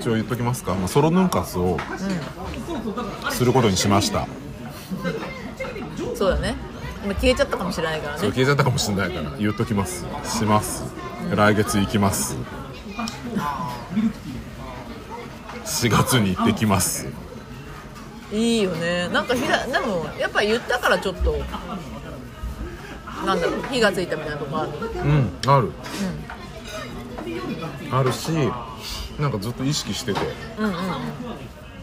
一応言っときますか、まあ、ソロヌン活をすることにしました、そうだね今消えちゃったかもしれないからそれね消えちゃったかもしれないから言っときますします来月行きます4月に行ってきますいいよねなんかひらでもやっぱ言ったからちょっとなんだろう火がついたみたいなとこあるうんある、あるしなんかずっと意識してて、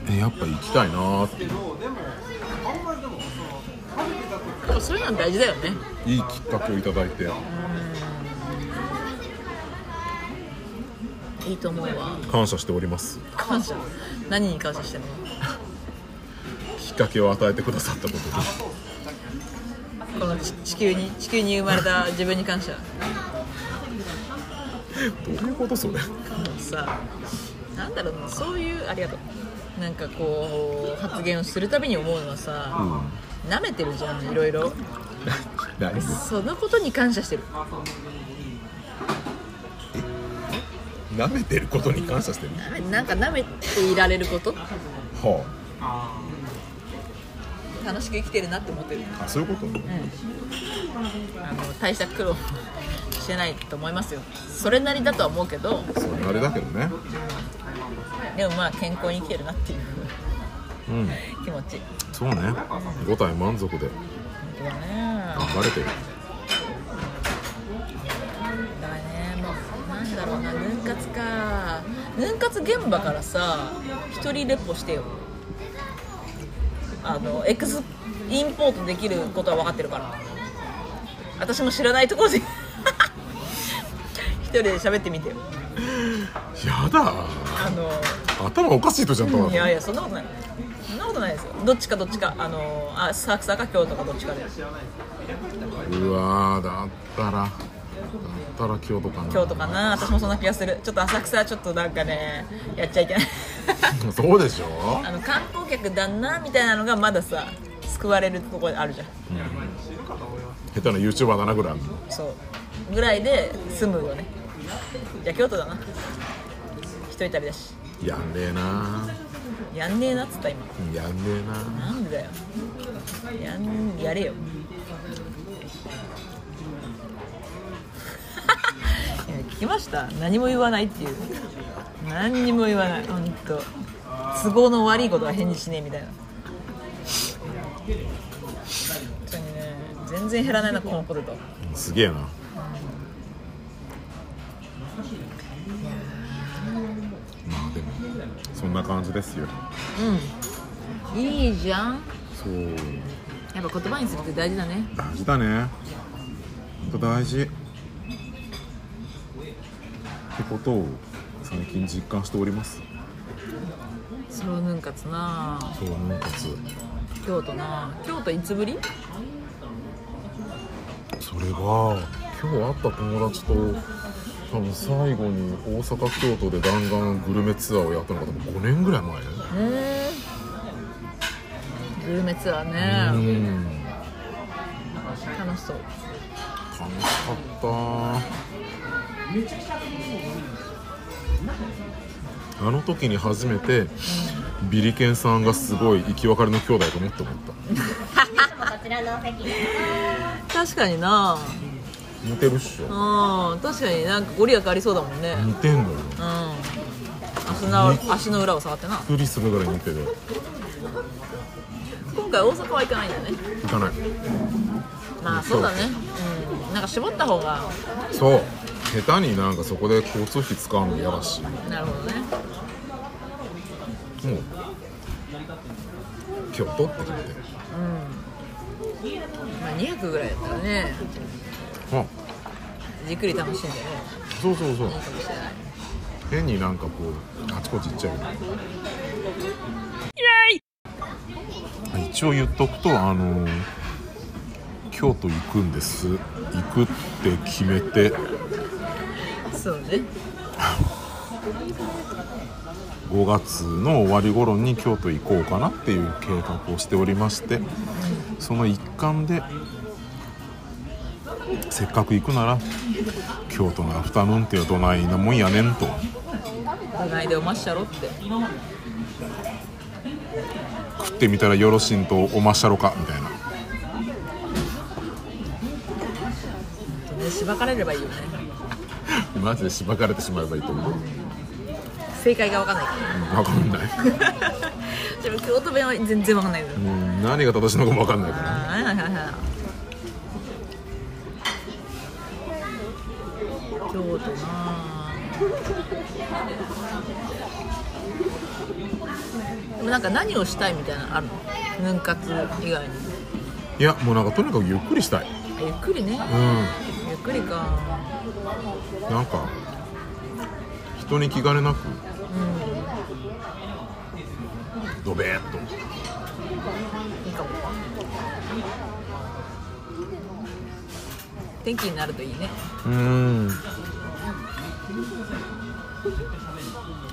えやっぱ行きたいなーってでもそういうのは大事だよねいいきっかけをいただいていいと思うわ感謝しております感謝何に感謝してるのきっかけを与えてくださったことでこの地地球に地球に生まれた自分に感謝どういうことそれさなんだろうなそういうありがとうなんかこう発言をするたびに思うのはさな、舐めてるじゃんいろいろ何そのことに感謝してる舐めてることに感謝してるなめなんか舐めていられることは楽しく生きてるなって思ってるああそういうこと、あの大した苦労 もしてないと思いますよそれなりだとは思うけどそれあれだけどねでもまあ健康に生きてるなっていううん気持ちそうね5体満足で本当だね頑張れてるだからねもうなんだろうなヌン活かヌン活現場からさ一人レポしてよあのエクスインポートできることは分かってるから私も知らないところで 一人で喋ってみてよやだあの頭おかしい人じゃんといやいやそんなことないそんなことないですよどっちかどっちかあのあサクサカ今日とかどっちかでうわーだったらだったら京都かな京都かな私もそんな気がするちょっと浅草はちょっとなんかねやっちゃいけ ない そうでしょあの観光客だなみたいなのがまださ救われるとこあるじゃん下手な YouTuber だなぐらいそうぐらいで済むよねじゃあ京都だな一人旅だしやんねえなやんねえなっつった今やんねえななんでだよやんやれよ いや聞きました何も言わないっていう何にも言わない本当都合の悪いことは返事しねえみたいな本当にね全然減らないなこのポテトすげえなまあでもそんな感じですよいいじゃんそうやっぱ言葉にするって大事だね大事だねほんと大事ってことを最近実感しておりますソロヌン活なあそうなんかつ京都なあ京都いつぶりそれが今日会った友達と多分最後に大阪京都で弾丸グルメツアーをやったのが多分5年ぐらい前へえグルメツアーねん楽しそう楽しかったあの時に初めてビリケンさんがすごい生き別れの兄弟だと思って思った確かにな似てるっしょうん確かになんかご利益ありそうだもんね似てんのようん足の足の裏を触ってなびっくりするぐらい似てる今回大阪は行かないんだね行かないまあそうだねうんなんか絞った方がそう下手になんかそこで交通費使うの嫌だしもなるほどねう京都って決めてまあ200ぐらいだったらねあじっくり楽しんでねそうそうそういいかもしれない変になんかこうあちこち行っちゃうよね一応言っとくとあのー京都行くんです行くって決めてそうね5月の終わり頃に京都行こうかなっていう計画をしておりましてその一環でせっかく行くなら京都のアフタヌーンっていうのはどないなもんやねんとおつないでおまっしゃろって食ってみたらよろしんとおまっしゃろかみたいなでしばかれればいいよねマジでしばかれてしまえばいいと思う正解がわかんないから分かんないでも京都弁は全然わかんないですもう何が正しいのかも分かんないからあーはいはいはい京都なあでもなんか何をしたいみたいなのあるのヌン活以外にいやもうなんかとにかくゆっくりしたいあゆっくりねうゆっくりかんなんか人に気兼ねなくドベーっといいかも天気になるといいねうんだ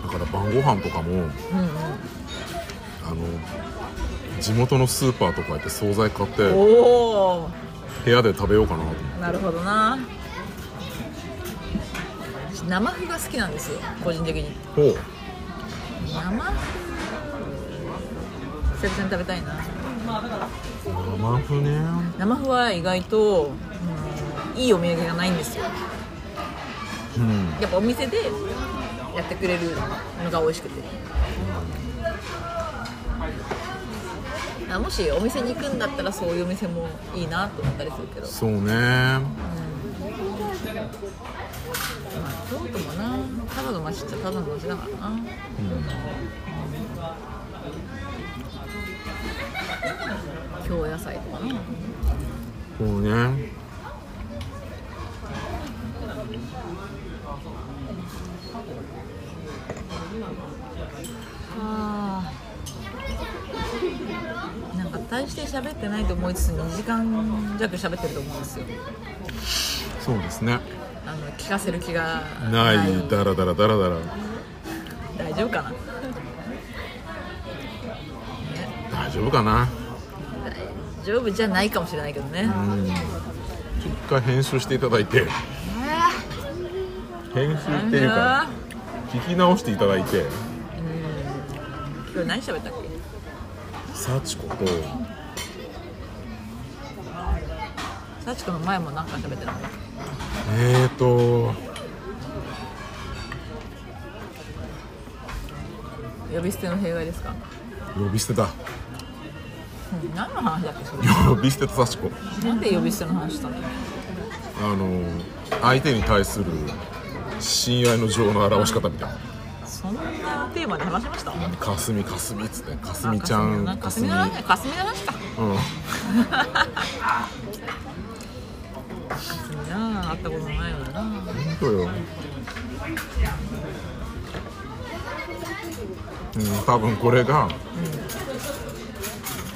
から晩ご飯とかもうんうあんの地元のスーパーとか行って惣菜買っておお部屋で食べようかなと思ってなるほどな私生麩が好きなんですよ個人的にほう生麩久々に食べたいな生麩ね生麩は意外と、うんいいお土産がないんですようんやっぱお店でやってくれるのが美味しくてあもしお店に行くんだったらそういうお店もいいなと思ったりするけどそうねまあ京都もなただの街っちゃただの街だからな京野菜とかなそうねあーなんか大して喋ってないと思いつつ2時間弱喋ってると思うんですよそうですねあの聞かせる気がないダラダラダラダラ大丈夫かな大丈夫かな大丈夫じゃないかもしれないけどね、うんちょっと一回編集していただいて編集っていうか聞き直していただいて今日何喋ったっけ幸子と幸子の前もなんか喋ってなかっえーとた呼び捨ての弊害ですか、呼び捨てだ うん、何の話だっけそ呼び捨てと幸子れなんで呼び捨ての話したのあの相手に対する親愛の情の表し方みたいそんなテーマで話しましたな「かすみかすみ」っつって「かすみちゃあんかかすすみみ」の話かすみの話かうんかすみな会ったことないよな本当ようん多分これが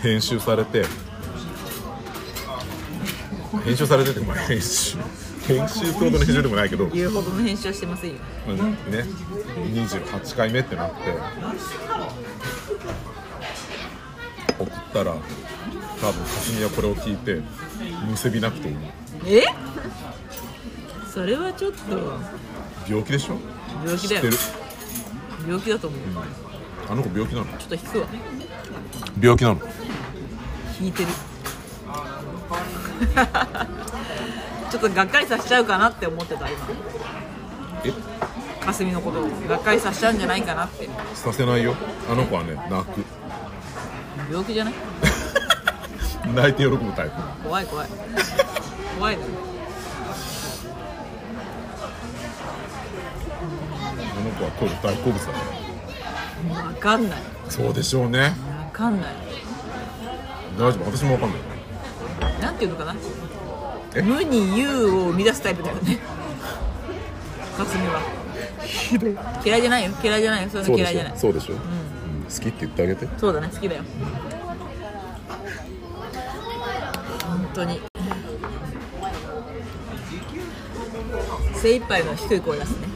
編集されて編集されててまあ編集編集ってほどの編集でもないけど、言うほどの編集はしてませんようんね28回目ってなって送ったら多分霞はこれを聞いてむせびなくていいえそれはちょっと病気でしょ病気だよ知ってる病気だと思うあの子病気なのちょっと引くわ病気なの引いてるちょっとがっかりさせちゃうかなって思ってた今えかすみのことをがっかりさせちゃうんじゃないかなってさせないよあの子はね泣く病気じゃない泣いて喜ぶタイプ怖い怖い怖いのあの子はこれ大好物だか分かんないらそうでしょうね分かんない大丈夫私もわかんないなんていうのかなえ無に優を生み出すタイプだよねかすみはひどい嫌いじゃないよ嫌いじゃないよそういうそのうで嫌いしじゃょないそうでしょ、うん好きって言ってあげてそうだね好きだよ本当に精一杯の低い声出すね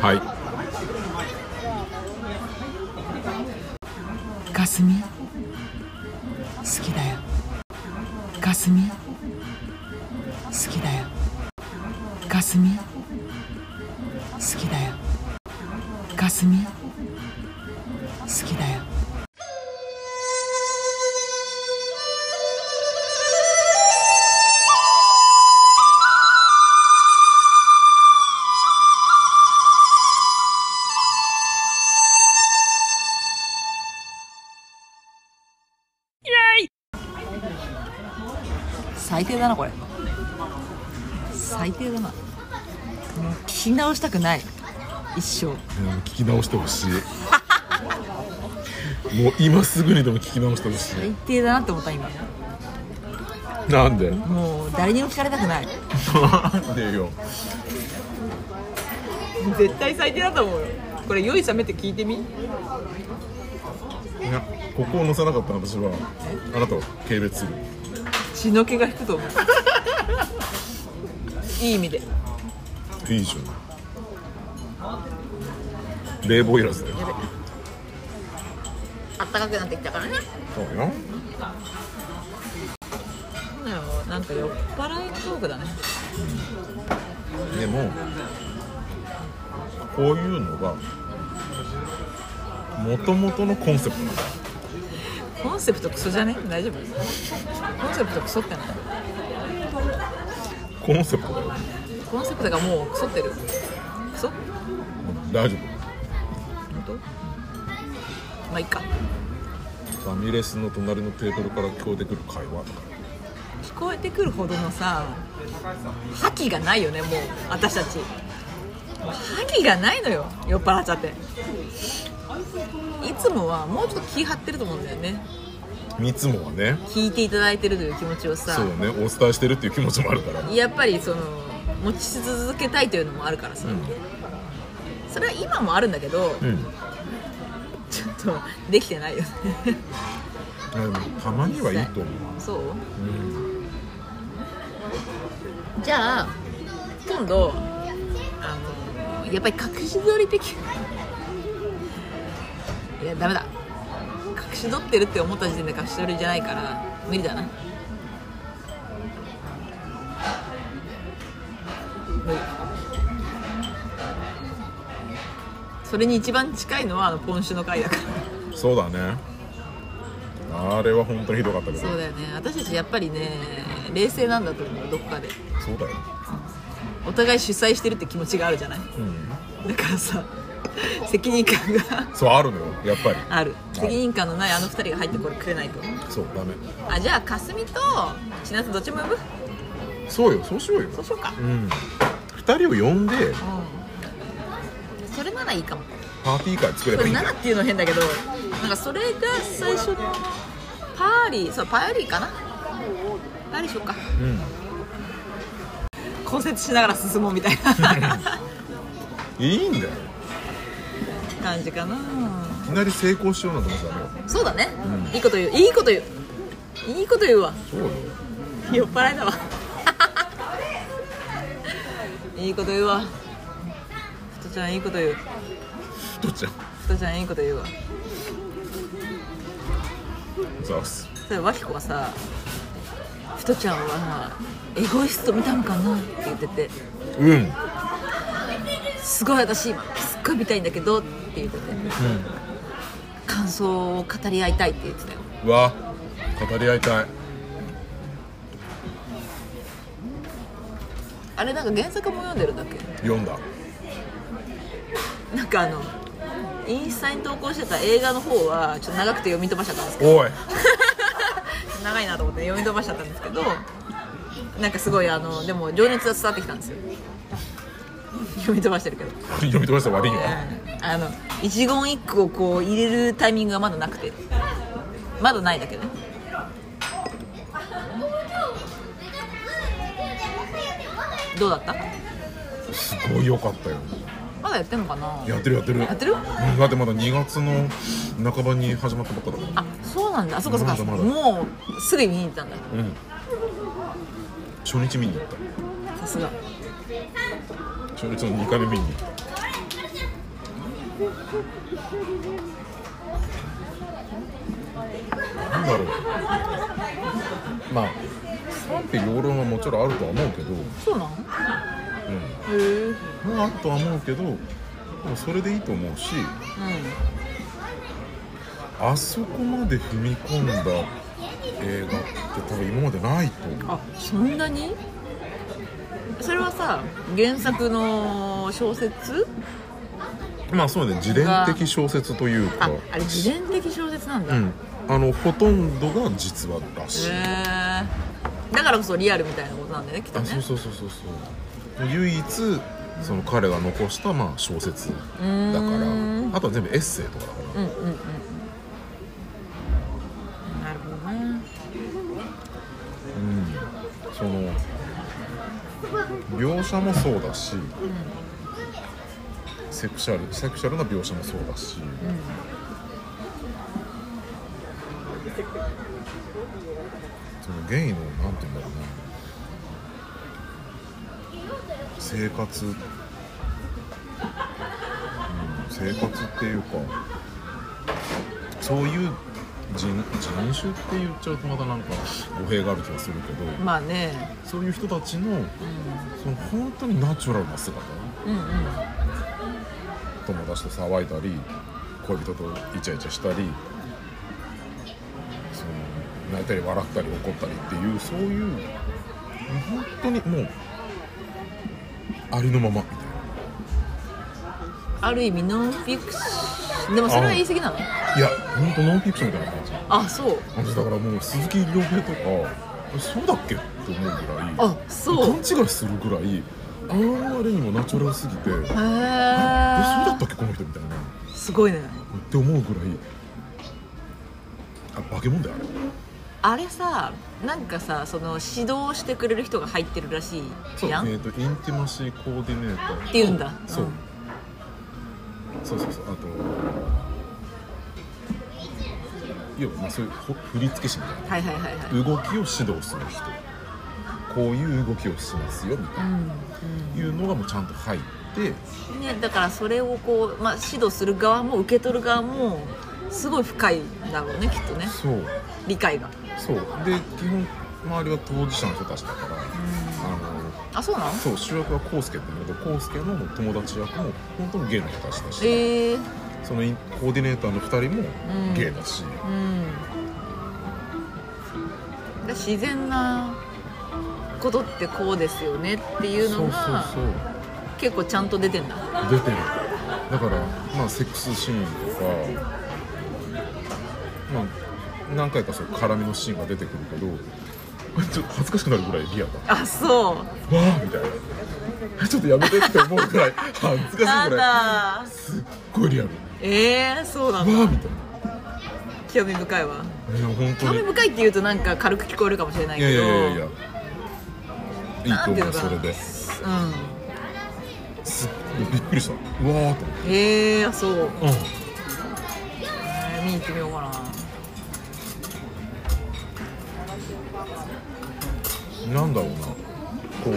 はいかすみ好きだよかすみ好きだよかすみ好きだよかすみ好好きだよ最低だなこれ最低だなもう聞き直したくない一生うん聞き直してほしいもう今すぐにでも聞き直してほし最低だなって思った今いなんでもう誰にも聞かれたくないなんでよ絶対最低だと思うよこれ良い冷めって聞いてみいやここを載せなかった私はあなたを軽蔑する 血の気が引くと思ういい意味でいいじゃん冷房いらずだよあったかくなってきたからねそうよそうだよなんか酔っ払いトークだねでもこういうのがもともとのコンセプトなんだコンセプトクソじゃね大丈夫コンセプトクソってないコンセプトだよコンセプトがもうクソってるクソ本大丈当まあいっか夫ファミレスの隣のテーブルから聞こえてくる会話とか聞こえてくるほどのさ覇気がないよねもう私たち覇気がないのよ酔っ払っちゃっていつもはもうちょっと気張ってると思うんだよねいつもはね聞いていただいてるという気持ちをさそうねお伝えしてるっていう気持ちもあるからやっぱりその持ち続けたいというのもあるからさ、それは今もあるんだけどうん、うんちょっとできてないよねあでもたまにはいいと思う、そううん、じゃあ今度あのやっぱり隠し撮り的いやダメだ隠し撮ってるって思った時点で隠し撮りじゃないから無理だな無理それに一番近いのはあのポン酒の回だからそうだねあれは本当にひどかったけどそうだよね私たちやっぱりね冷静なんだと思うどっかでそうだよ、お互い主催してるって気持ちがあるじゃないうん、だから さ責任感がそうあるのよやっぱりある責任感のないあの2人が入ってこれくれないとそうダメあじゃあかすみと千夏どっちも呼ぶそうよそうしようよそうしようかうん2人を呼んでうんそれならいいかもパーティー会作れそばいれいんなだらよっていうの変だけどなんかそれが最初のパーリーそうパーリーかなパーリーしようか骨折しながら進もうみたい なうんいいんだよ感じかないきなり成功しようなんて思ったらダメよそうだね、うんいいこと言ういいこと言ういいこと言うわそうよ酔っ払いだわ いいこと言うわふとちゃんいいこと言うふとちゃんふとちゃんいいこと言うわざわすそれわきこがさふとちゃんはエゴイスト見たのかなって言っててうんうんすごい私今すっごい見たいんだけどって言ってて感想を語り合いたいって言ってたようわ語り合いたいあれなんか原作も読んでるんだっけ読んだなんかあのインスタに投稿してた映画の方はちょっと長くて読み飛ばしちゃったんですけどおい長いなと思って読み飛ばしちゃったんですけどなんかすごいあのでも情熱が伝わってきたんですよ読み飛ばしてるけど、読み飛ばしたら悪いよあの一言一句をこう入れるタイミングがまだなくてまだないだけどどうだったすごい良かったよまだやってんのかなやってるやってるやってるうんだってまだ2月の半ばに始まったばっかだもんあそうなんだあそっかそっかまだまだもうすぐ見に行ったんだうん初日見に行ったさすが初日の2回目見に行ったなんだろうまあ賛否両論はもちろんあるとは思うけど、そうなんへうえうんん、まああるとは思うけどでもそれでいいと思うしあそこまで踏み込んだ映画って多分今までないと思うあそんなにそれはさ原作の小説まあそうね自伝的小説というかああれ自伝的小説なんうだ、へんあのほとんどが実話らしい、えだからこそリアルみたいなことなんだよねきっとあねそうそうそうそうそう唯一その彼が残したまあ小説だからーんあとは全部エッセイとかだからうんうんうんなるほどねその描写もそうだし、セクシャルセクシャルな描写もそうだし、そのゲイのなんていうんだろうな生活、うん、生活っていうかそういう人人種って言っちゃうとまたなんか語弊がある気がするけど、まあねそういう人たちのその本当にナチュラルな姿うんうん友達と騒いだり恋人とイチャイチャしたりその泣いたり笑ったり怒ったりっていうそういう本当にもうありのままみたいある意味ノンフィクションでもそれは言い過ぎなのないや本当ノンフィクションみたいな感じあそう私だからもう鈴木亮平とかえそうだっけって思うぐらいあそう勘違いするぐらいあんまりにもナチュラルすぎてえそうへだっえたっけこの人みたいな。すごいねって思うぐらいあ化け物だよあれあれさなんかさその指導してくれる人が入ってるらしいじゃんえー、とインティマシーコーディネーターっていうんだそう,、うんそうそうそうあと要はまあそういうほ振付師みたいはいはいはいはいな動きを指導する人こういう動きをしますよみたいな、いうのがもうちゃんと入ってね、だからそれをこう、まあ、指導する側も受け取る側もすごい深いんだろうねきっとねそう理解がそうで基本周りは当事者の人たちだから、あのあそうなのそう主役はコウスケってんだけどコウスケの友達役も本当にゲイの人たちだし、えー、そのインコーディネーターの2人もうんゲイだし、うんだ自然なことってこうですよねっていうのがそうそう結構ちゃんと出てんだそう出てるだからまあセックスシーンとかまあ何回かそう絡みのシーンが出てくるけどちょっと恥ずかしくなるぐらいリアルだわあそうあみたいなちょっとやめてって思うぐらい恥ずかしないんぐらいだすっごいリアルわえー、そうあなんだみたい興味深いわないや本当興に味深いっていうとなんか軽く聞こえるかもしれないいやけいどやいやいやいいと思なんうていうのかそなれでうんすびっくりしたうわーと思ってえー、そう、うんえー、見に行ってみようかななんだろうなこう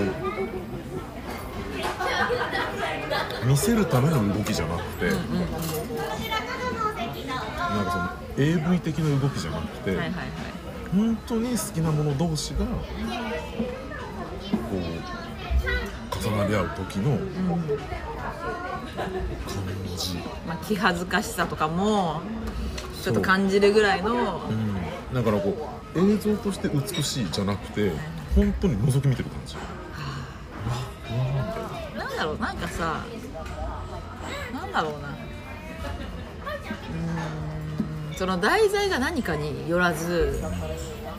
見せるための動きじゃなくて、うんうんなんかその AV 的な動きじゃなくて、はいはいはい本当に好きなもの同士がこう重なり合う時の感じ、まあ、気恥ずかしさとかもちょそっとう感じるぐらいのうん、だからこう映像として美しいじゃなくて本当に覗き見てる感じなんだろうなんかさなんだろうなうーんその題材が何かによらず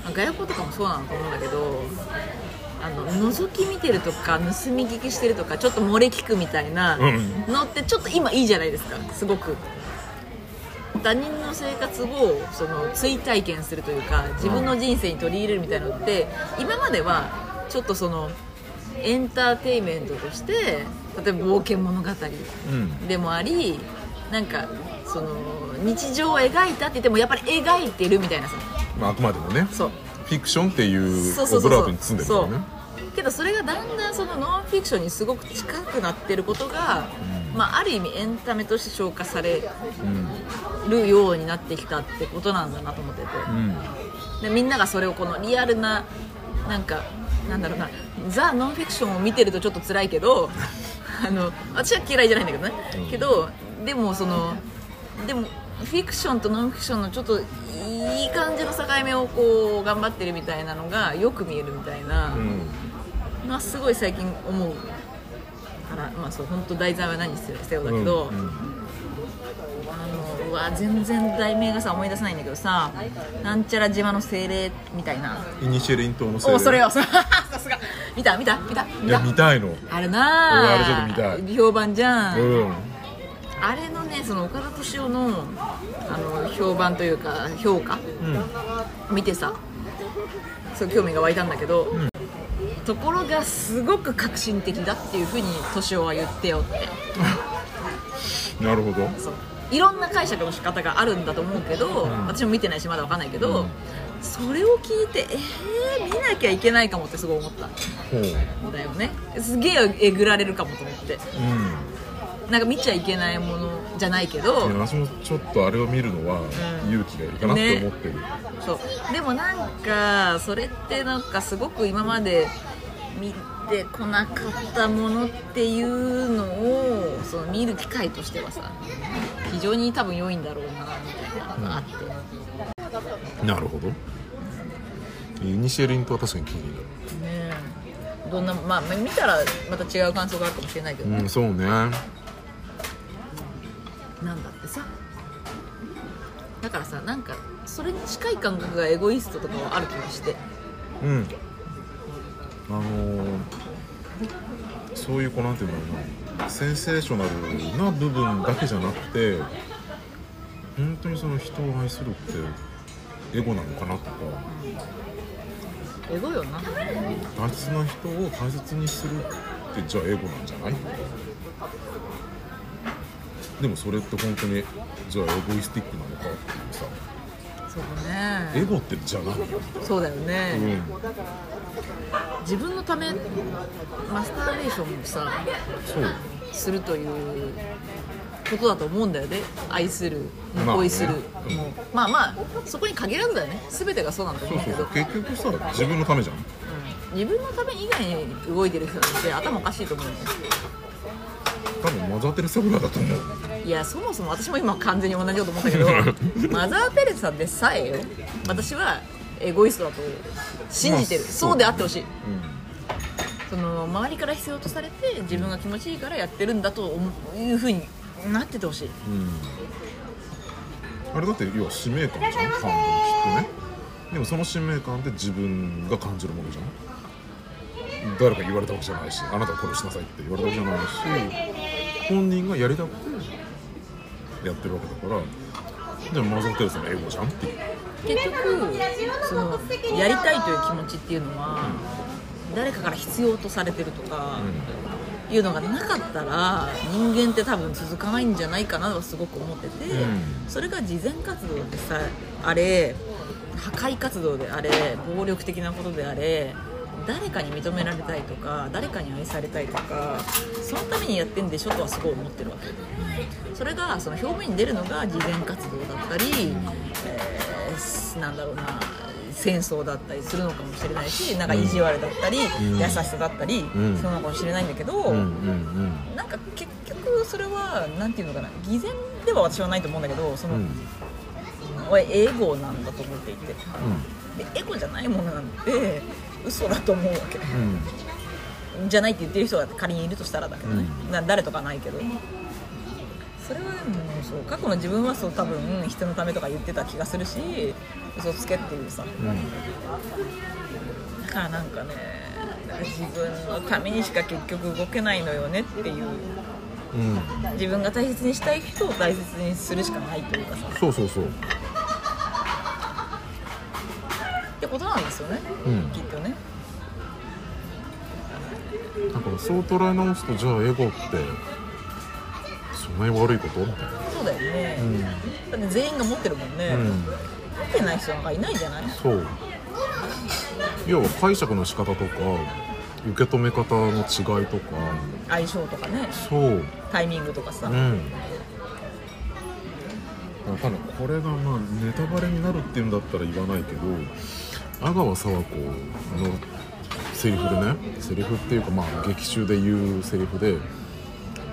まあ外交とかもそうなのと思うんだけどあの覗き見てるとか盗み聞きしてるとかちょっと漏れ聞くみたいなうんのってちょっと今いいじゃないですかすごく他人の生活をその追体験するというか自分の人生に取り入れるみたいなのって今まではちょっとそのエンターテインメントとして例えば冒険物語うんでもありなんかその日常を描いたって言ってもやっぱり描いてるみたいなさまあ、あくまでもねそうフィクションっていうそうオそうブそうラそーうトに包んでるからねけどそれがだんだんそのノンフィクションにすごく近くなってることが、まあ、ある意味エンタメとして消化されるようになってきたってことなんだなと思ってて、うんでみんながそれをこのリアルななんかなんだろうなザ・ノンフィクションを見てるとちょっと辛いけど あの私は嫌いじゃないんだけどね、けどでもそのでもフィクションとノンフィクションのちょっといい感じの境目をこう頑張ってるみたいなのがよく見えるみたいな、うんまあすごい最近思うからまあそう本当題材は何にせよだけど、うんうんあのうわ全然題名がさ思い出せないんだけどさなんちゃら島の精霊みたいなイニシェリン島のせいでおそれよ さすが見た見た見たい見やた見たいのあれな俺あれちょっと見たい評判じゃん、うんあれのねその岡田敏夫のあの評判というか評価見てさそう興味が湧いたんだけど、んところがすごく革新的だっていうふうに敏夫は言ってよってうんなるほどそういろんな解釈の仕方があるんだと思うけど、ん私も見てないしまだわかんないけど、うんそれを聞いてえー、見なきゃいけないかもってすごい思ったほううんんだよねすげええぐられるかもと思ってなんか見ちゃいけないものじゃないけど、いや私もちょっとあれを見るのはうん勇気がいるかなって思ってる、そうでもなんかそれってなんかすごく今まで見てこなかったものっていうのをその見る機会としてはさ非常に多分良いんだろうなみたいなのがあって、なるほどイニシェリン島は確かに気になるねえどんなまあ見たらまた違う感想があるかもしれないけど、うんそうねなんだってさだからさなんかそれに近い感覚がエゴイストとかはある気がしてうんあのーそういうこうなんていうんだろうなセンセーショナルな部分だけじゃなくて本当にその人を愛するってエゴなのかなとかエゴよな大切な人を大切にするってじゃあエゴなんじゃないでもそれって本当にじゃあエゴイスティックなのかっていうさそうエねゴってじゃないよ、そうだよね、うん、自分のためマスターベーションをさそうするということだと思うんだよね愛するまあね恋する、うんもうまあまあそこに限らずだよね全てがそうなんだとそう思うけそどう結局さ自分のためじゃんうん自分のため以外に動いてる人なんて頭おかしいと思うんだよ多分混ざってるサブラだと思ういやそもそも私も今完全に同じこと思った けどマザー・ペレスさんでさえよ私はエゴイストだと信じてる、まあそうであってほしいうんその周りから必要とされて自分が気持ちいいからやってるんだと思ういうふうになっててほしいあれだって要は使命感じゃん半分きっとねでもその使命感って自分が感じるものじゃん誰か言われたわけじゃないしあなたはこれをしなさいって言われたわけじゃないし本人がやりたくてやってるわけだからでもマザー・テレサのエゴじゃんっていう結局そのやりたいという気持ちっていうのは誰かから必要とされてるとかいうのがなかったら人間って多分続かないんじゃないかなとはすごく思ってて、うんそれが慈善活動でさあれ破壊活動であれ暴力的なことであれ誰かに認められたいとか誰かに愛されたいとかそのためにやってんでしょとはすごい思ってるわけそれがその表面に出るのが慈善活動だったり、えーすなんだろうな戦争だったりするのかもしれないしなんか意地悪だったり、ん優しさだったり、んそうなのかもしれないんだけど、うんなんか結局それはなんていうのかな偽善では私はないと思うんだけどその、俺エゴなんだと思っていてでエゴじゃないものなんて嘘だと思うわけうんじゃないって言ってる人が仮にいるとしたらだけどね、な誰とかないけどそれはでもそう過去の自分はそう多分人のためとか言ってた気がするし嘘つけっていうさだからなんかねなんか自分のためにしか結局動けないのよねっていううんうん自分が大切にしたい人を大切にするしかないというかさそうそうそうってことなんですよね、うんきっとねだからそう捉え直すとじゃあエゴってそんなに悪いことみたいなそうだよね、だって全員が持ってるもんね、うん持ってない人なんかいないじゃないそう要は解釈の仕方とか受け止め方の違いとか相性とかねそうタイミングとかさ、うんただこれがまあネタバレになるっていうんだったら言わないけど阿川佐和子のセリフでねセリフっていうかまあ劇中で言うセリフで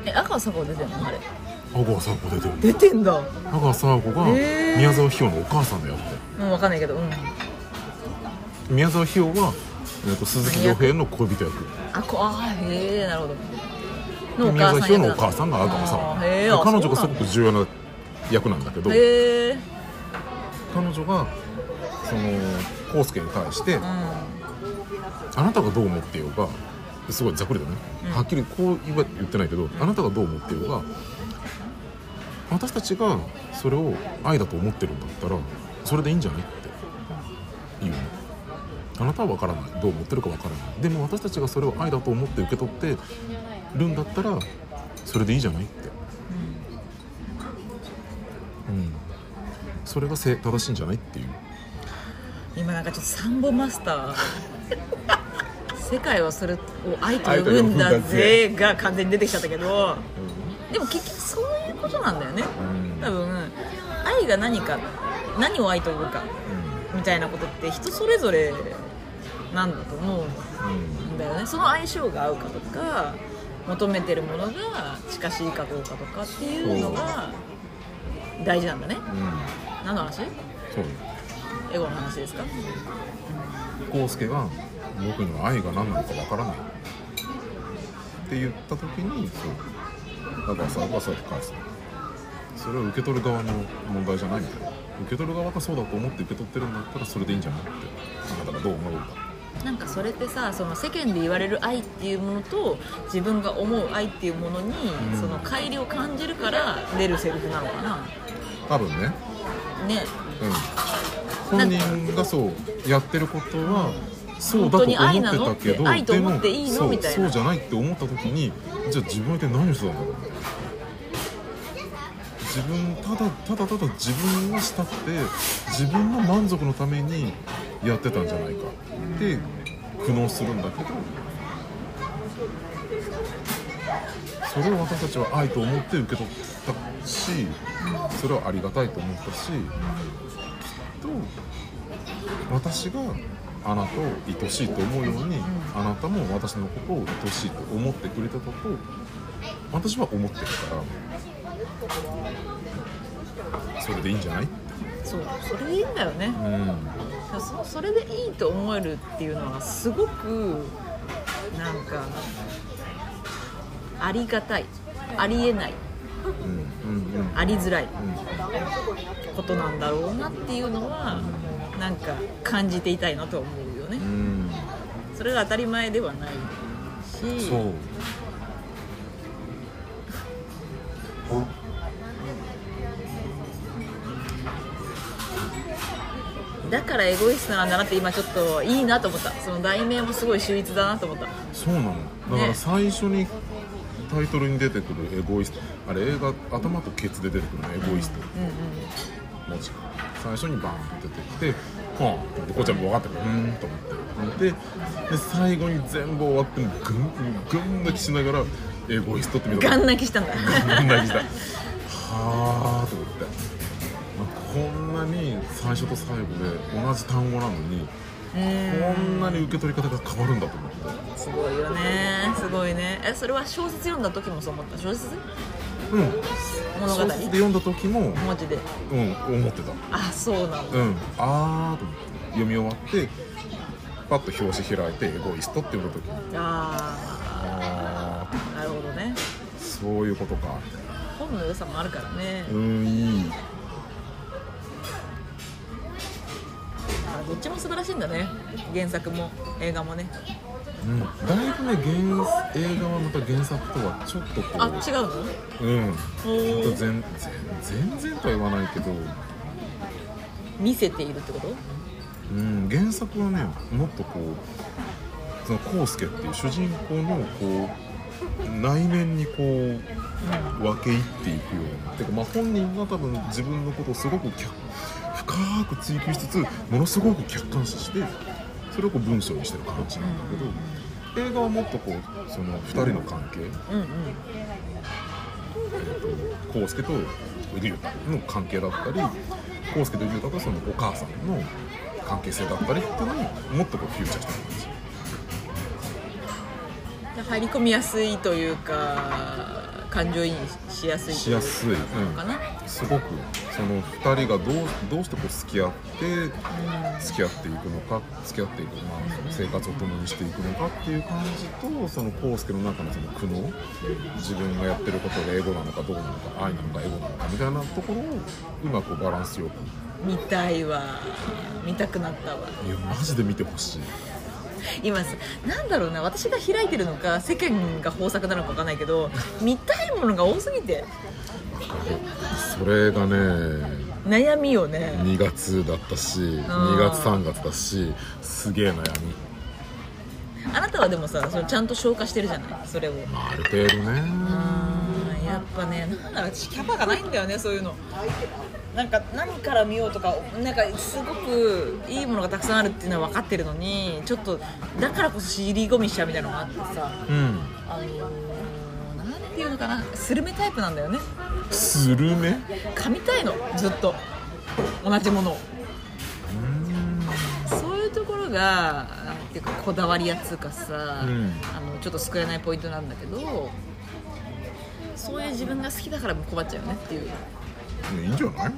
え赤坂出てんのあれ阿川佐和子出てるんだ出てんだ阿川佐和子がへー宮沢ひよのお母さんだよってうん分かんないけどうん宮沢ひよは、えっと鈴木亮平の恋人役あこあーへえなるほどでのお宮母沢さひんよの役なおんだ母さんが阿川佐和あ子ーへでーあ彼女がそすうごなんだく重要な役なんだけど彼へえ女がその康介に対してうんあなたがどう思ってようがすごいざっくりだね、うんはっきりこう言わ言ってないけど、あなたがどう思ってようが私たちがそれを愛だと思ってるんだったらそれでいいんじゃないって言うのあなたは分からないどう思ってるか分からないでも私たちがそれを愛だと思って受け取ってるんだったらそれでいいじゃないって、うん、それが正正しいんじゃないっていう今なんかちょっとサンボマス ター世界はそれを愛と愛呼と呼ぶぶんんだだぜぜが完全に出てきちゃったけどでも結局そういうことなんだよねうん多分愛が何か何を愛と呼ぶかみたいなことって人それぞれなんだと思うんだよねその相性が合うかとか求めてるものが近しいかどうかとかっていうのが大事なんだねうんうんうん何の話そうよエゴの話ですか康介が「僕には愛が何なのかわからない」って言った時にそうだからさがそうやって返すそれを受け取る側の問題じゃないみたいな受け取る側がそうだと思って受け取ってるんだったらそれでいいんじゃないってあなたがどう思うかなんかそれってさその世間で言われる愛っていうものと自分が思う愛っていうものに、うんその乖離を感じるから出るセリフなのかな多分ねねうん本人がそうやってることはそうだと思ってたけど本当に愛なのって愛と思っていいのでもみたいなそうそうじゃないって思った時にじゃあ自分は一体何をしてたんだろう自分ただただただ自分がしたって自分の満足のためにやってたんじゃないかって苦悩するんだけどそれを私たちは愛と思って受け取ったしそれはありがたいと思ったしと私があなたを愛しいと思うようにあなたも私のことを愛しいと思ってくれたことを私は思ってるからそれでいいんじゃないそうそれでいいんだよねうんそそれでいいと思えるっていうのはすごくなんかありがたいありえないうんうんうんありづらいうんことなんだろうなっていうのはなんか感じていたいなとは思うよねうんそれが当たり前ではないしそうだからエゴイストなんだなって今ちょっといいなと思ったその題名もすごい秀逸だなと思ったそうなのだからね最初にタイトルに出てくるエゴイストあれ映画頭とケツで出てくるのエゴイストうんうん文字が最初にバーンって出てきてはあでこっちはもう分かってくるうーんと思ってでで最後に全部終わってもぐんぐん泣きしながらエゴイストって見たガン泣泣きしたんだき泣きしたはあと思ってこんなに最初と最後で同じ単語なのにうんこんなに受け取り方が変わるんだと思ってすごいよねすごいねえそれは小説読んだ時もそう思った小説うん物語小説で読んだ時も文字でうん思ってたあそうなんだうん、あーと思って読み終わってパッと表紙開いて「エゴイスト」って読んだ時にああーなるほどねーそういうことかみたいな本の良さもあるからねうーんいいあどっちも素晴らしいんだね原作も映画もねうんだいぶね原映画はまた原作とはちょっとこあ違うのううんお全ー然全然とは言わないけど、見せているってことうん、原作はねもっとこうその康介っていう主人公のこう内面にこう分け入っていくようなてかまあ本人が多分自分のことをすごく客深く追求しつつものすごく客観視してそれをこう文章にしてる形なんだけど、映画はもっとこうその2人の関係うんうん康介と龍太の関係だったり康介と龍太とそのお母さんの関係性だったりっていうのにもっとこうフューチャーしてる感じ。入り込みやすいというか感情移入しやすいしやすい、うんのかな、すごくその2人がどうどうしてこう付き合って付き合っていくのか付き合っていく、まあ、その生活を共にしていくのかっていう感じとその康介の中のその苦悩自分がやってることがエゴなのかどうなのか愛なのかエゴなのかみたいなところをうまくバランスよく見たいわ見たくなったわいやマジで見てほしい今さなんだろうな私が開いてるのか世間が豊作なのかわかんないけど見たいものが多すぎてわかるそれがね悩みをね2月だったし2月3月だしすげえ悩みあなたはでもさそれちゃんと消化してるじゃないそれをまあある程度ねうんやっぱねなんだろう私キャパがないんだよねそういうのなんか何から見ようとかなんかすごくいいものがたくさんあるっていうのは分かってるのにちょっとだからこそ尻込みしちゃうみたいなのがあってさうんあのー、なんていうのかなスルメタイプなんだよねスルメ噛みたいのずっと同じものをそういうところがなんていうかこだわりやつうかさ、うんあのちょっと救えないポイントなんだけどそういう自分が好きだから困っちゃうよねっていういいんじゃない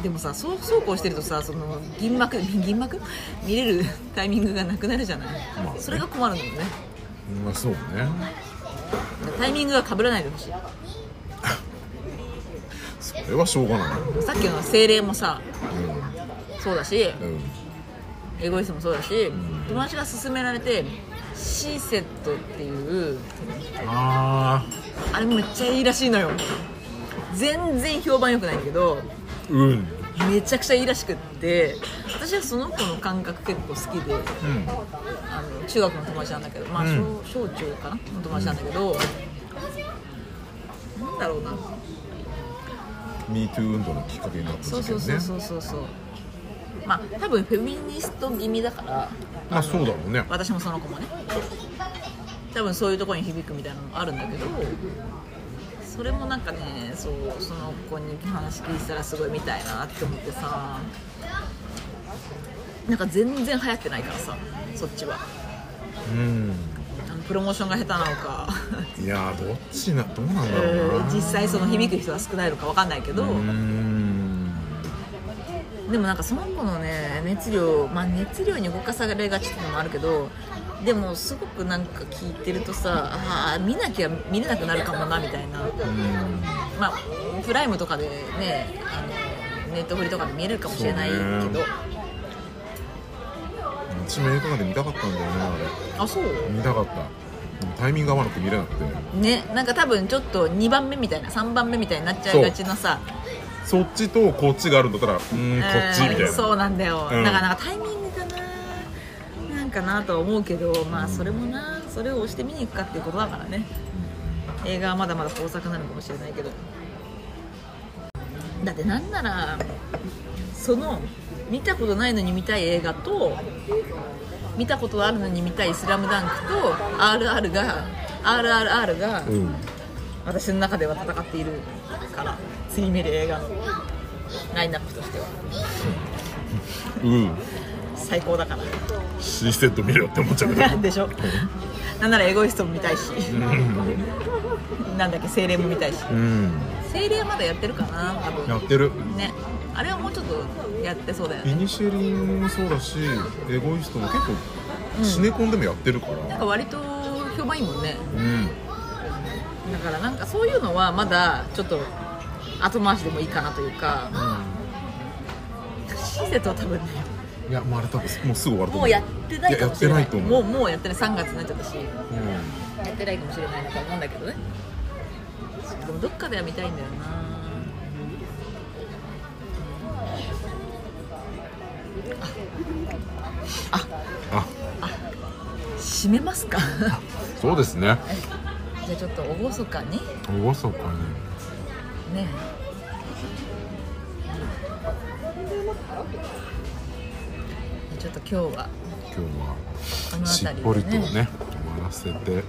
でもさそうそうこうしてるとさその銀幕 銀幕見れる タイミングがなくなるじゃない、まあねそれが困るのよねまあそうねタイミングが被らないでほしいそれはしょうがないさっきの精霊もさそうだしうんうんエゴイストもそうだし、友達が勧められてシーセットっていうああれめっちゃいいらしいのよ全然評判良くないんだけどーうんうんめちゃくちゃいいらしくって私はその子の感覚結構好きであの中学の友達なんだけどまあ小,、う小中かなの友達なんだけど、なんだろうな MeToo 運動のきっかけになったそう事そ件うねそうそうそうそうまあ多分フェミニスト気味だからまあそうだろうね私もその子もね多分そういうところに響くみたいなのもあるんだけどそれもなんかねそうその子に話聞いてたらすごい見たいなって思ってさなんか全然流行ってないからさそっちはうんあのプロモーションが下手なのか、いやーどっちなどうなんえだろうなー実際その響く人が少ないのかわかんないけど、うんでもなんかその子のね熱量まあ熱量に動かされがちっていうのもあるけどでもすごくなんか聞いてるとさああ見なきゃ見れなくなるかもなみたいなうんまあプライムとかでねあのネットフリとかで見えるかもしれないけそうど、ねうちも映画館で見たかったんだよねあれあそう見たかったでもタイミング合わなくて見れなくてねなんか多分ちょっと2番目みたいな3番目みたいになっちゃいがちなさそっちとこっちがあるんだったらうーんこっちみたいうんそなうなんだよ、うんだからなんかタイミングかななんかなとは思うけどまあそれもなそれを押して見に行くかっていうことだからね映画はまだまだ豊作なのかもしれないけどだってなんならその見たことないのに見たい映画と見たことあるのに見たい「スラムダンクと「RR」が「RRR」がうん私の中では戦っているから次見る映画のラインナップとしてはうん最高だから C セット見ろよって思っちゃうけどでしょなんならエゴイストも見たいしなんだっけ精霊も見たいしうん精霊はまだやってるかな多分やってるねあれはもうちょっとやってそうだよイねニシェリンもそうだしエゴイストも結構シネコンでもやってるからなんか割と評判いいもんねうんだからなんかそういうのはまだちょっと後回しでもいいかなというかシーセットは多分ねいやもうあれ多分もうすぐ終わると思うもうやってないかもしれやないやってないと思うもうもうやってない3月になっちゃったしやうってないかもしれないなと思うんだけどねでもどっかでは見たいんだよなんあ閉めますかそうですねじゃあちょっと厳かに厳かにねえちょっと今日は今日はこのしっ辺りぽりとでねね終わらせてよ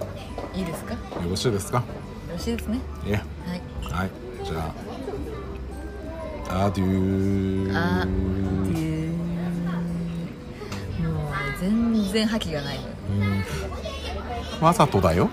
いいですかよろしいですかろしいですねいやはいはい、じゃあ、アデュー。あっていうもう全然覇気がないのよわざとだよ。